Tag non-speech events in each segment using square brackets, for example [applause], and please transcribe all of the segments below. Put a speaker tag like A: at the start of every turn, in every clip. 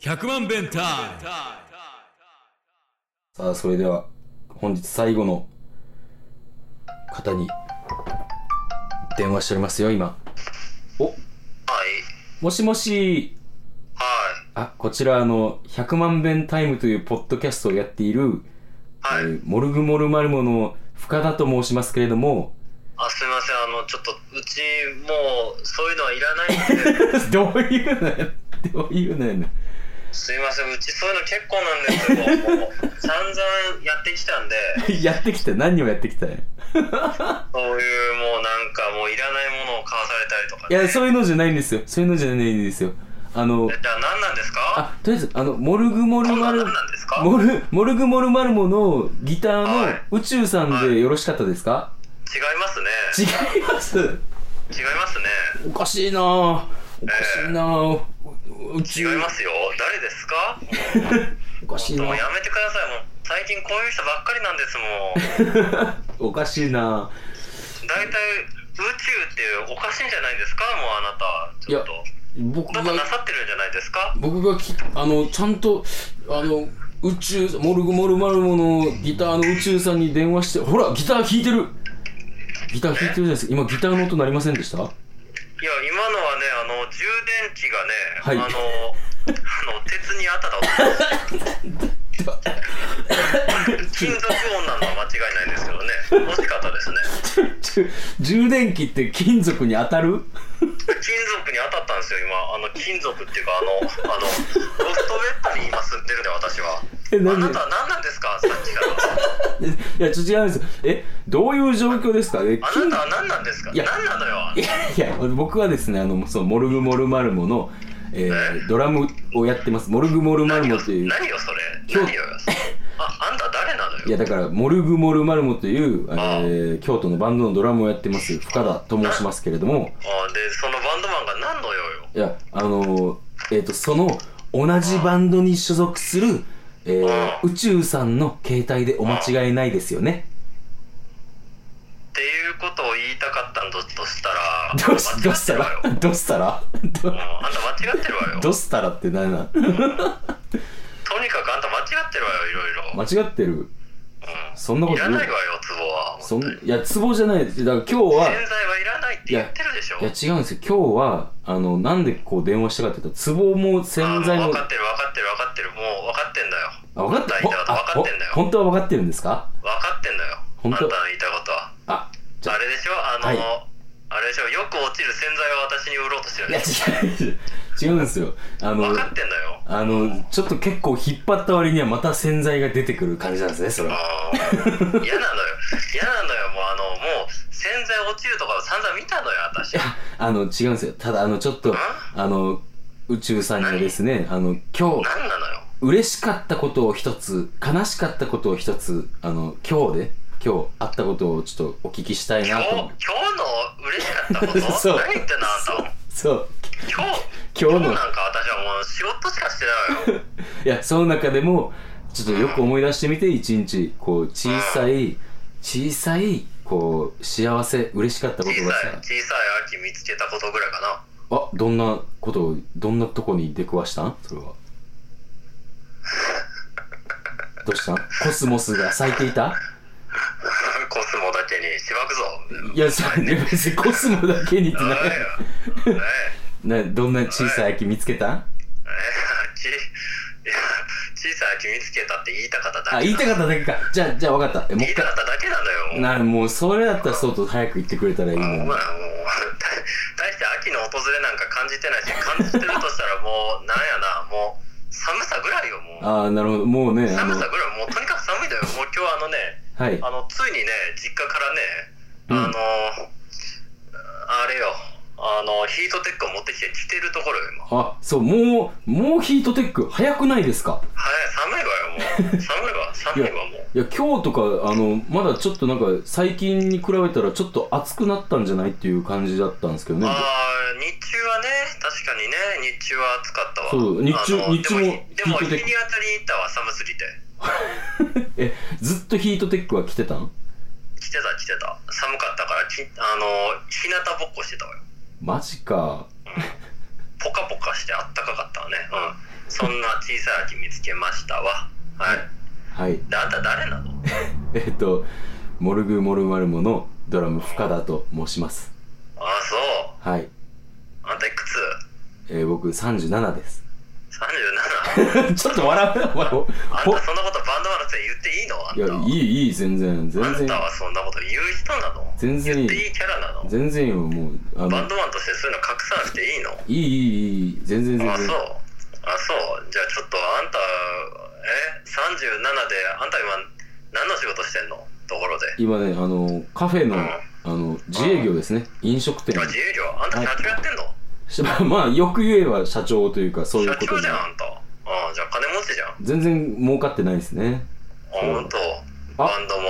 A: 100万弁タイム
B: さあそれでは本日最後の方に電話しておりますよ今
C: はい。
B: もしもし
C: は
B: あこちらあの「100万弁タイム」というポッドキャストをやっている、
C: い。
B: え
C: はい。
B: ーモルグモルマルモの深田と申しますけれども [laughs]
C: あ、すみません。あの、ちょっと、うち、もう、そういうのはいらな
B: [laughs]
C: いんで、
B: どういうのやどういうのやねん
C: すみません。うち、そういうの結構なんですよ。もう、散々やってきたんで、
B: やってきた何をやってきたんや
C: そういう、もうなんか、もういらないものを買わされたりとか、
B: い
C: ね。
B: やそういうのじゃないんですよそういうのじゃないんですよあの
C: じゃあ、何なんですか
B: あとりあえずあのモルグモル
C: 今度
B: マ
C: は
B: ル
C: 何なんですか
B: モルモルグモルマルモのギター
C: は
B: の
C: い
B: 宇宙さんでよろしかったですか、
C: 違いますね。
B: 違います
C: 違いますね。
B: おかしいなぁおかしいなぁ、う宇
C: 違い
B: 宙
C: ますよ。誰ですかも
B: おかしいうな
C: もう
B: ぁ
C: やめてください。もう、最近こういう人ばっかりなんですもん。
B: おかしいなぁ
C: 大体、宇宙っておかしいんじゃないですかもう、あなた。ちょっと。
B: 僕
C: なんかな
B: が
C: さってるんじゃないですか
B: 僕がきあのちゃんとあの宇宙モルグモルマルモのギターの宇宙さんに電話してほらギター弾いてるギター弾いてるじゃないですか今ギターの音鳴りませんでした [laughs]
C: いや、今のはね、あの、充電器がね、
B: はい
C: あの、 [laughs] あの、鉄に当たった音
B: [laughs]
C: です。金属音なのは間違いないですけどね、惜しかったですね。
B: ちょ充電器って金属に当たる
C: 金属に当たったんですよ、今。あの、金属っていうか、あの、あの、ロストウェットに今住んでるね、私は。
B: え
C: あ
B: 何
C: なたは何なんですかさっきから。
B: いやちょっと違うんですよえどういう状況ですかえ
C: あ
B: 金
C: なたは何なんですか
B: いや
C: 何なのよ。
B: いやいや僕はですねあのそのモルグモルマルモの、えードラムをやってますモルグモルマル
C: 何
B: モ
C: よ、
B: という
C: 何よそれ。
B: 今
C: 何
B: 日
C: よ。あ、あんた誰なのよ。
B: いやだからモルグモルマルモという、え
C: ああ
B: ー京都のバンドのドラムをやってます深田と申しますけれども
C: あでそのバンドマンが何の用よ
B: いやあのーえっ、とその同じバンドに所属する、えー
C: ああ
B: 宇宙さんの携帯でお間違いないですよね
C: っていうことを言いたかったんだとしたら
B: どうしどうした
C: 間違って
B: ら
C: るわよ
B: [laughs] どうしたら
C: うんあんた間違ってるわよ
B: どうしたらって何なん
C: とにかくあんた間違ってるわよいろいろ、
B: 間違ってるそんな
C: うん、
B: こ
C: い
B: と
C: ら
B: 言う
C: ないわよツボは
B: そん
C: 本当
B: い
C: に
B: やツボじゃないですだから今日は
C: 洗剤はいらないって言ってるでしょ
B: いや違うんですよ今日はあのなんでこう電話したかっていうとツボも洗剤
C: あ
B: も
C: 分かってる分かってる分かってるもう分かってんだよ
B: あ分かって
C: あんた言いたいこと
B: あ
C: 分かってんだよ
B: ほ本当は分かってるんですか
C: 分かってんだよあ
B: 本
C: ん
B: 当
C: たの言いたいことは
B: あじゃ
C: あれでしょあの、
B: はい
C: あれでしょよく落ちる洗剤を私に売ろうとしてる
B: いや
C: でし
B: 違う違うんですよあ
C: ょ
B: の
C: 分かってんだよ
B: あのちょっと結構引っ張った割にはまた洗剤が出てくる感じなんですねそれは
C: あー嫌なのよ嫌なのよもうあのもう洗剤落ちるとか散々見たのよ私ん
B: あの違うんですよただあのちょっとあの宇宙さんにはですねあの今日
C: 何なのよ
B: 嬉しかったことを一つ悲しかったことを一つあの今日で今日あったことをちょっとお聞きしたい
C: 今
B: な
C: 日
B: と思
C: 今
B: う
C: 日の嬉しかったこ
B: そう
C: と何言ってんのあんた
B: [laughs] そう
C: 今日
B: 今日の
C: なんか私はもう仕事しかしてないわよ
B: いやその中でもちょっとよく思い出してみて一日こう小さい小さいこう幸せ嬉しかったこ
C: 小
B: とが
C: さい
B: さ
C: 小さい秋見つけたことぐらいかな
B: あどんなことをどんなとこに出くわしたんそれ
C: [laughs]
B: はどうしたんコスモスが咲いていた
C: コスモだけにしばくぞ
B: いやそれ別にコスモだけにって
C: あ
B: な
C: れよね
B: などんな小さい秋見つけた
C: えちいや小さい秋見つけたって言いたかっただ
B: あ
C: け
B: 言いたかっただけかじゃあじゃあ分かったえもう
C: 言い
B: 一
C: たかっただけなのよもう
B: 回なもうそれだったらそうと早く言ってくれたらいい
C: まあ
B: のに
C: もう大大して秋の訪れなんか感じてないし感じてるとしたらもうなんやなもう寒さぐらいよもう
B: ああなるほどもうねあ
C: 寒
B: の
C: さぐらいもうとにかく寒いだよもう今日あのね
B: はい
C: あのついにね実家からね
B: うん
C: あの、あれよあのヒートテックを持ってきて着てるところよ今
B: あ、そう、もう、もうヒートテック、早くないですか
C: はい寒いわ
B: [laughs]
C: よもう寒いわ寒いわもう
B: いや、今日とか、あの、まだちょっとなんか、最近に比べたら、ちょっと暑くなったんじゃないっていう感じだったんですけどね。
C: あー日中はね確かにね日中は暑かったわ
B: そう日中
C: あの
B: 日中も
C: でも
B: ヒートテッ
C: でも日
B: ク
C: に当たりに行ったわ寒すぎて
B: え、ずっとヒートテックは着てたん
C: 来てた来てた寒かったからきあの日向ぼっこしてたわよ
B: マジか。
C: ポカポカしてあったかかったわねうんそんな小さい秋見つけましたわ。はい。
B: はい
C: で、あんた誰なの
B: [laughs] えっとモルグモルマルモのドラム深田と申します
C: ああ、そう。
B: はい、
C: あんたいくつ
B: えー、僕37です [laughs]
C: ?37?
B: ちょっと笑うなお前ほ
C: あんたそんなことバンドマンのせい言っていいのあん
B: い
C: た
B: やいいいい全然全
C: あん
B: 然
C: たはそんなこと言う人なの
B: 全然いい
C: 言っていいキャラなの
B: 全然よもうあ
C: バ
B: の
C: ンドマンとしてそういうの隠さなくていいのあ
B: いいいいいい全然全然
C: そうあそうじゃあちょっとあんたえ37であんた今何の仕事してんのところで
B: 今ねあのカフェの
C: うん
B: あの自営業ですね飲食店
C: 今自由業あんた社長やってんの、
B: しまあまあよく言えば社長というかそういうこ
C: 社
B: と
C: 長
B: で
C: じゃんあんたああじゃあ金持ちじゃんあ
B: 全然儲かってないですねそう
C: 本当
B: あ
C: バンドも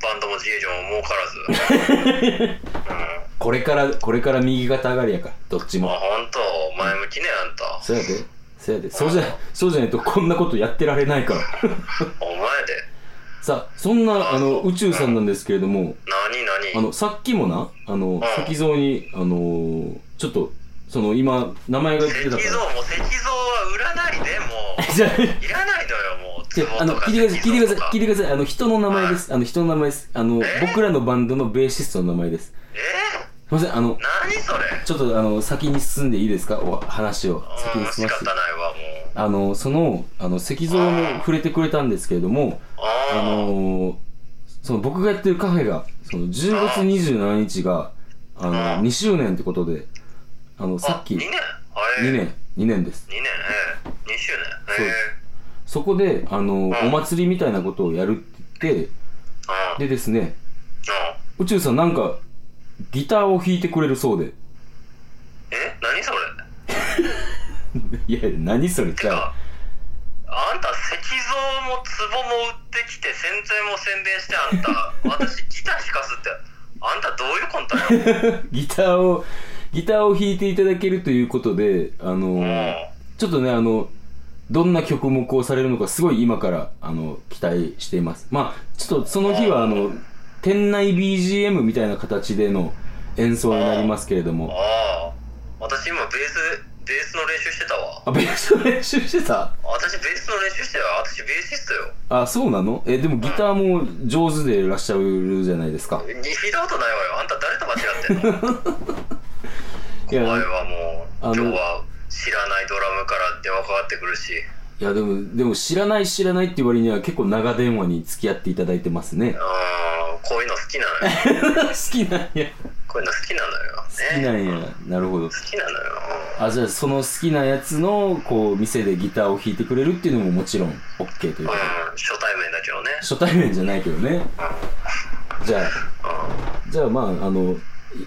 C: バンドも自営業も儲
B: [laughs]
C: からず、うん
B: これからこれから右肩上がりやからどっち
C: ま
B: も
C: あ本当前向きねあんた
B: そうやでそうやでそうじゃそうじゃないとこんなことやってられないから
C: お前で
B: さあそんなあの
C: うん
B: 宇宙さんなんですけれども
C: 何何
B: あのさっきもなあの
C: ん
B: 石像にあのーちょっとその今名前が出
C: 石
B: てた
C: 像
B: か
C: も石像は売らないでも
B: ら [laughs] じゃあ
C: ういらないのよもう
B: じゃあ、あの、聞いてください、聞いてください、聞い
C: い
B: てください。あの、人の名前です。あの、人の名前です。あの、
C: え
B: 僕らのバンドのベーシストの名前です。
C: え
B: すいません、あの
C: ー、、何それ
B: ちょっと、あの、先に進んでいいですかお話を先
C: う
B: に
C: ん
B: 進
C: 仕
B: ませて
C: 方。ないわもう
B: あの、その、あの、石像も触れてくれたんですけれども、あ
C: あー
B: のー、その、僕がやってるカフェが、その、10月27日が、あの、
C: うん
B: 2周年ってことで、あの、さっき、
C: あ
B: 2
C: 2年あれ
B: 年、2年です。
C: 2年ええ2周年
B: そう
C: え
B: で
C: え
B: すそこで、あの、お
C: ん
B: 祭りみたいなことをやるって言って、
C: あ
B: でですね、
C: あ
B: 宇宙さんなんかギターを弾いてくれるそうで [laughs]
C: え何それ
B: いや何それ
C: て
B: じゃあ
C: かあんた石像も壺も売ってきて宣伝も宣伝してあ
B: [laughs]
C: んた私ギター弾かすってあんたどういうコンタなの
B: ギターをギターを弾いていただけるということであのー
C: も
B: ちょっとねあのどんな曲目をされるのかすごい今からあの期待していますまあちょっとその日はあの店内 BGM みたいな形での演奏になりますけれど
C: う
B: も
C: ああ私今ベースベースの練習してたわ
B: あベースの練習してた
C: 私ベースの練習してよ私ベーシストよ
B: あそうなのえでもギターも上手でいらっしゃるじゃないですか
C: に聞いたことないわよあんた誰と間違ってんの
B: [laughs] いや
C: 怖いわも
B: あ
C: う
B: の
C: 今日は知らないドラムから電話かかってくるし
B: いやでも、でも知らない知らないって割には結構長電話に付き合っていただいてますね。 [laughs]
C: あーこういうの好きなのよ
B: 好きなんや。
C: こういうの好きなのよ
B: 好き
C: ね
B: なんや。なるほど。
C: 好きなのよ
B: あ、じゃあその好きなやつの、こう、店でギターを弾いてくれるっていうのももちろん OK という
C: う
B: か、
C: ん初対面だけどね
B: 初対面じゃないけどね。じゃあ、
C: うん
B: じゃあまあ、あの、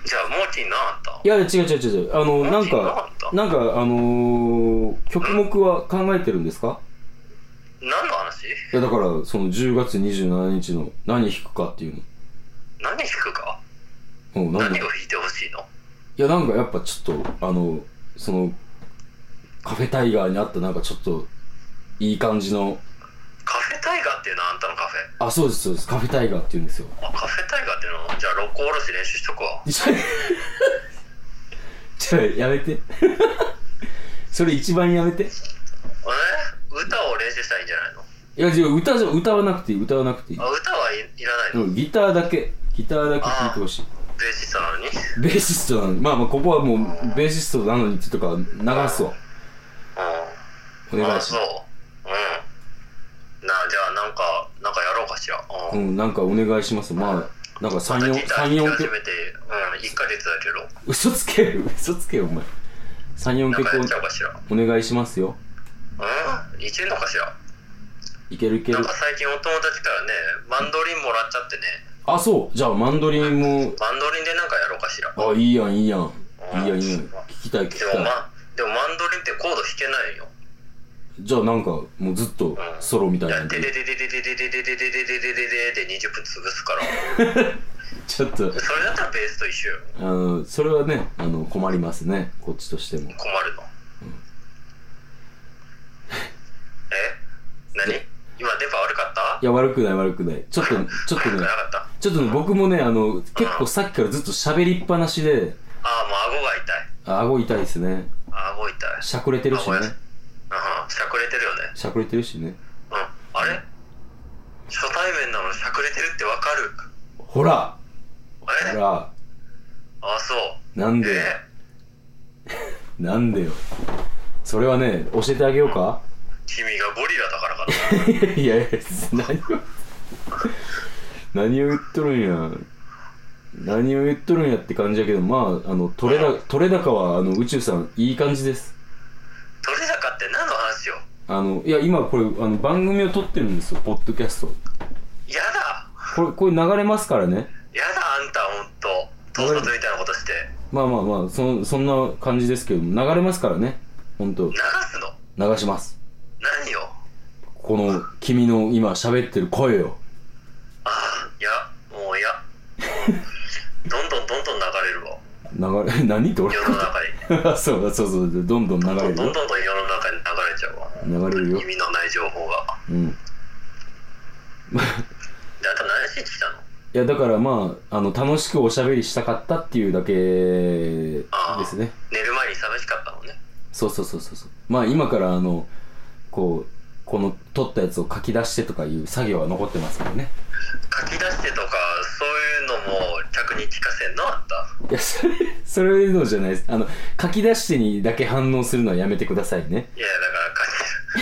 C: じゃあモーティーなあんた
B: いや、違う違う違う違う。あの、なん
C: あ
B: か、なんか、あのー曲目は考えてるんですか
C: 何の話
B: いや、だから、その10月27日の何弾くかっていう
C: 何弾くか
B: の。うん、なん
C: 何
B: か
C: を弾いてほしいの
B: いや、なんかやっぱちょっと、あの、その、カフェタイガーにあったなんかちょっと、いい感じの、
C: カフェタイガーっていうのあんたのカフェ
B: あ、そうです、そうです、カフェタイガーって言うんですよ。
C: あカフェタイガーっていうのじゃあ六甲おろし練習しとくわ
B: ちょ、ちょ、やめて。それ一番やめて。
C: え歌を練習したらいいんじゃないの
B: いや、違う、歌じゃ、歌わなくていい、歌わなくていい。
C: あ歌はい、いらないの、
B: うんギターだけ、ギターだけ聴いてほしい。
C: ベーシストなのにうん
B: ベーシストなのに、まあまあ、ここはもう、ベーシストなのにってとか、流すわ。お願
C: あ
B: いし
C: そう
B: ま
C: うんなじゃあなんかなんかやろうかしら
B: す。
C: う
B: うんん、なんかお願いします。まあ、なんか
C: また
B: 3、4、
C: ギター
B: 3、
C: 弾
B: 4
C: き始
B: 曲。
C: めてうん1ヶ月だけど
B: 嘘つける嘘つけよお前34
C: なんかやっち
B: 曲
C: ゃおうかしら
B: お願いしますよ
C: うんいけるのかしら
B: いけるいけ
C: な
B: る
C: んか最近お友達からねマンドリンもらっちゃってね
B: あそうじゃあマンドリンも
C: マンドリンでなんかやろうかしら
B: あいいやんいいやんいいやんいいやん
C: うん
B: 聞きたい聞き
C: でも
B: たい
C: までもマンドリンってコード弾けないよ
B: じゃあなんかもうずっとソロみたいなん
C: で
B: で
C: ででででででででででででででで20分潰すから
B: ちょっと
C: それだったらベースと一緒よ
B: あのそれはねあの困りますねこっちとしても
C: 困るのえ何今電波悪かった
B: いや悪くない悪くないちょっとちょっと
C: 悪く
B: ね
C: なかった
B: ちょっとね僕もねあの結構さっきからずっと喋りっぱなしで
C: ああもう顎が痛い
B: あ顎痛いですね
C: あ顎痛い
B: しゃくれてるしね
C: 顎やうんうん、しゃくれてるよね。
B: しゃくれてるしね
C: うん。あれ初対面なのにしゃくれてるってわかる
B: ほら
C: あ
B: ほ
C: れ
B: ら
C: あ、そう。
B: なんでよ
C: え
B: なんでよそれはね教えてあげようか
C: 君がゴリラだからかな。
B: [laughs] いやいや何を何を言っとるんや何を言っとるんやって感じやけどまああの取れだ取れ高はあの宇宙さんいい感じです
C: 取れ高って何の話よ
B: あのいや今これあの番組を撮ってるんですよポッドキャスト
C: やだ
B: これこれ流れますからね
C: やだあんたほんと。盗撮みたいなことして。
B: まあまあまあそそんな感じですけど流れますからね本当
C: 流すの
B: 流します
C: 何を
B: この君の今喋ってる声を
C: ああ、いや、もういや。どんどんどんどん流れるわ。
B: 流れ何 [laughs] って俺
C: 世の中に。
B: あそうそうそうそうどんどん流
C: ど
B: れ
C: ん
B: る
C: どん
B: よ
C: どんどん世の中に流れちゃうわ。
B: 流れるよ
C: 意味のない情報が。
B: うんい
C: で、あんた何しに来たの
B: やだからまああの楽しくおしゃべりしたかったっていうだけですね
C: 寝る前に寂しかったのね。
B: そうそうそうそうそうまあ今からあのこうこの撮ったやつを書き出してとかいう作業は残ってますからね
C: 書き出してとか、そういうのも客に聞かせんのあん
B: い
C: た。
B: やそれそれのじゃないですあの書き出してにだけ反応するのはやめてくださいね
C: いや、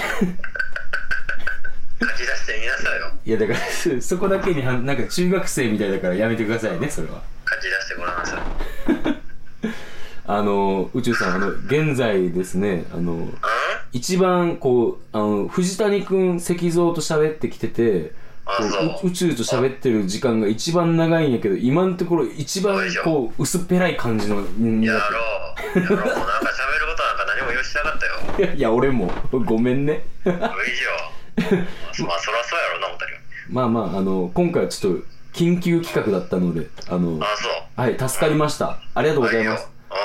C: だから書き、書き出してみなさいよ。
B: いやだからそそこだけにはなんか中学生みたいだからやめてくださいねそれは
C: 書き出してごらんなさい。うん
B: あの宇宙さんあの現在ですねあの一番こうあの藤谷君石像と喋ってきてて
C: あ
B: こ
C: そう
B: う宇宙と喋ってる時間が一番長いんやけど今のところ一番
C: そうでしょ
B: こう薄っぺらい感じの人間
C: やろ
B: だっ
C: う。やろう。もうなんか喋ることなんか何も用意しなかったよ。
B: [laughs] たいやいや俺もごめんね
C: 無理よ。まあ、そらそうやろな、思ったけど。
B: まあまああの今回はちょっと緊急企画だったのであの
C: あ、そう。
B: はい助かりましたありがとうございます
C: あいいようん、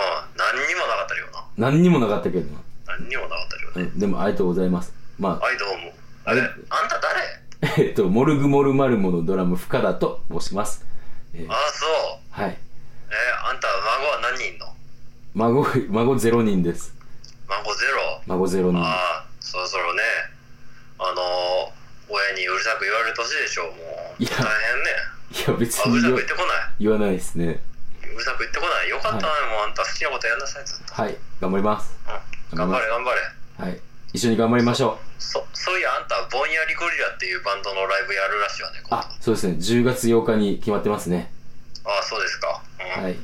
C: 何にもなかったよな。
B: 何にもなかったけどな
C: 何にもなかったよ
B: う
C: ね。
B: んでもありがとうございますまあ [laughs]
C: はい、どうも。
B: あ
C: あ
B: れ
C: れあんた誰
B: えっと、モルグモルマルモのドラム、深田と申します。えー
C: あ、そう。
B: はい。
C: えーあんた孫は何人いんの
B: 孫、孫0人です。
C: 孫ゼロ。
B: 孫0人。
C: ああ、そろそろね、あのー、親にうるさく言われる年でしょう、もう。
B: いや
C: 大変ね。
B: いや、別
C: あうる
B: に
C: さ
B: 言
C: く
B: わ
C: 言ってこな
B: 言わないですね。
C: い。うるさく言ってこない。よかったね、もうあんた好きなことやんなさい、ずっと。
B: はい。頑張ります。
C: うん、
B: 頑
C: 頑
B: 張
C: 張
B: り
C: れ、頑張れ。
B: はい。一緒に頑張りましょう。
C: そそういや、あんた、ぼんやりゴリラっていうバンドのライブやるらしいわね、今度
B: あ、そうですね。10月8日に決まってますね。
C: ああ、そうですか。うん
B: はい。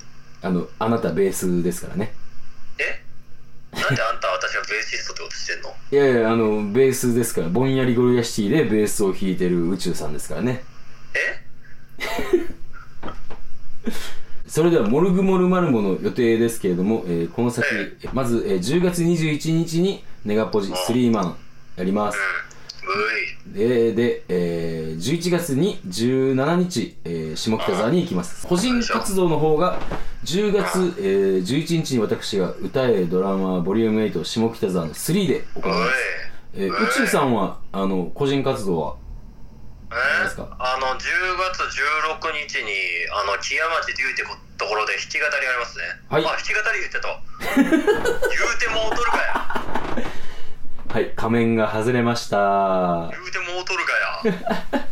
B: あの、あなたベースですからね。
C: えなんであんた私はベーシストってことしてんの
B: いやいや、あの、ベースですから、ぼんやりゴリラシティでベースを弾いてる宇宙さんですからね。
C: え
B: それでは、モルグモルマルモの予定ですけれども、えーこの先
C: え、
B: まず、えー10月21日にネガポジスリーマンやります。
C: うんうい
B: で、で、えー11月に17日、えー下北沢に行きます。個人活動の方が、10月、えー11日に私が歌えドラマボリューム8下北沢の3で行
C: う
B: い
C: い
B: ます。えー宇宙さんは、あの、個人活動は、
C: え
B: 何ですか
C: あの10月16日にあの木屋町龍ってこところで弾き語りありますね
B: はい
C: あ弾き語り言ってた [laughs] 言うてもうとるかや
B: はい、仮面が外れました。
C: 言うてもうとるかや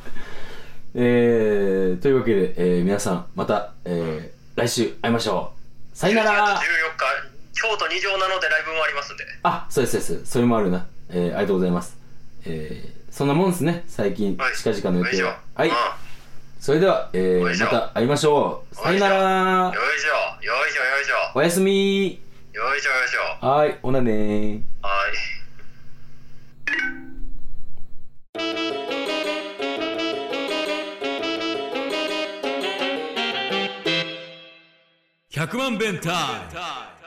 B: えー、というわけで、えー皆さん、また、えー、来週会いましょう。さよな
C: 11
B: ら
C: 月14日京都二条なのでライブもありますんで
B: あ、そうです、そうです。それもあるな。えー、ありがとうございます。えー、そんなもんですね、最近、
C: はい
B: 近々の
C: よ
B: 予
C: いし
B: 定
C: ょ
B: は。はい、
C: うん
B: それでは、えー、
C: よいしょ
B: また会いましょう。さよなら
C: よいしょよいしょよいしょ
B: おやすみ
C: よいしょよいしょ
B: はーい、ほなねー。
C: はい
A: 100万弁タイム